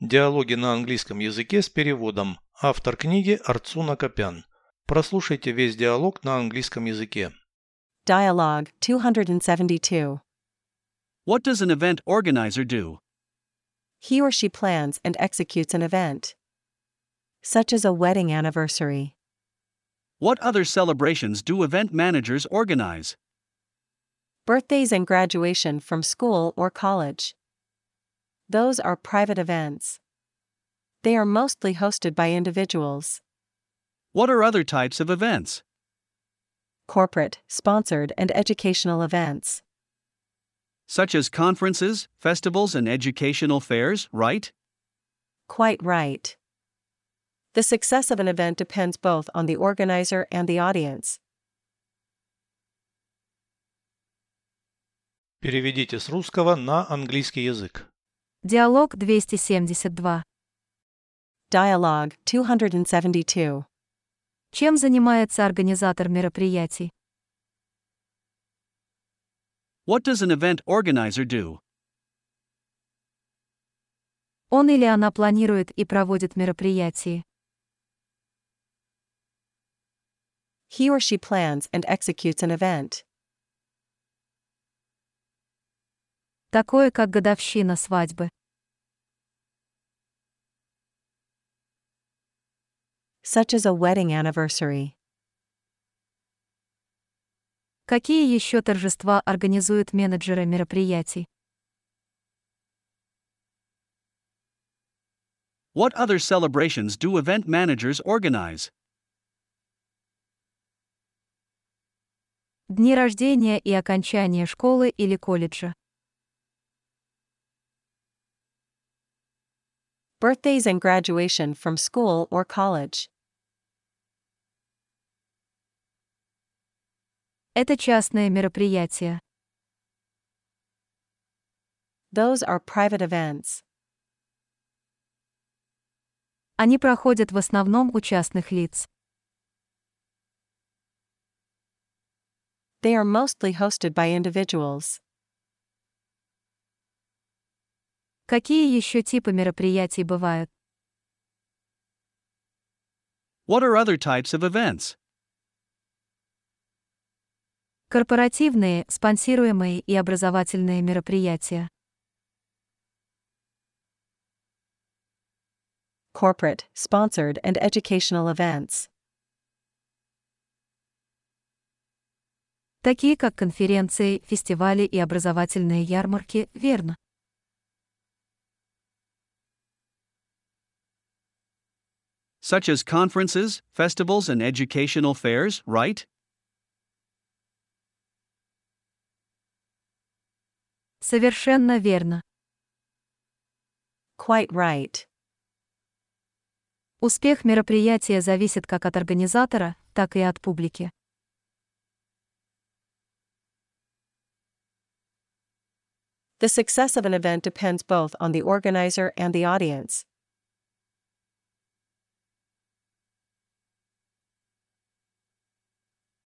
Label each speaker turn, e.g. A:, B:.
A: Диалоги на английском языке с переводом. Автор книги Арцуна Копян. Прослушайте весь диалог на английском языке.
B: Dialogue 272.
C: What does an event organizer do?
B: He or she plans and executes an event, such as a wedding anniversary.
C: What other celebrations do event managers organize?
B: birthdays and graduation from school or college. Those are private events. They are mostly hosted by individuals,
C: What are other types of events?
B: corporate, sponsored, and educational events.
C: Such as conferences, festivals, and educational fairs, right?
B: Quite right. The success of an event depends both on the organizer and the audience.
A: Переведите с русского на английский язык.
D: Диалог 272.
B: Dialogue 272.
D: Чем занимается организатор мероприятий?
C: What does an event organizer do?
D: Он или она планирует и проводит мероприятие.
B: He or she plans and executes an event,
D: Такое как годовщина свадьбы.
B: such as a wedding anniversary.
D: Какие еще торжества организуют менеджеры мероприятий?
C: What other celebrations do event managers organize?
D: Дни рождения и окончания школы или колледжа.
B: Birthdays and graduation from school or college.
D: Это частное мероприятие.
B: Those are private events.
D: Они проходят в основном у частных лиц.
B: They are mostly hosted by individuals,
D: Какие еще типы мероприятий бывают?
C: What are other types of events?
D: Корпоративные, спонсируемые и образовательные мероприятия.
B: corporate, sponsored, and educational events,
D: Такие как конференции, фестивали и образовательные ярмарки, верно.
C: Such as conferences, festivals, and educational fairs, right?
D: Совершенно верно.
B: quite right.
D: Успех мероприятия зависит как от организатора, так и от публики.
B: The success of an event depends both on the organizer and the audience,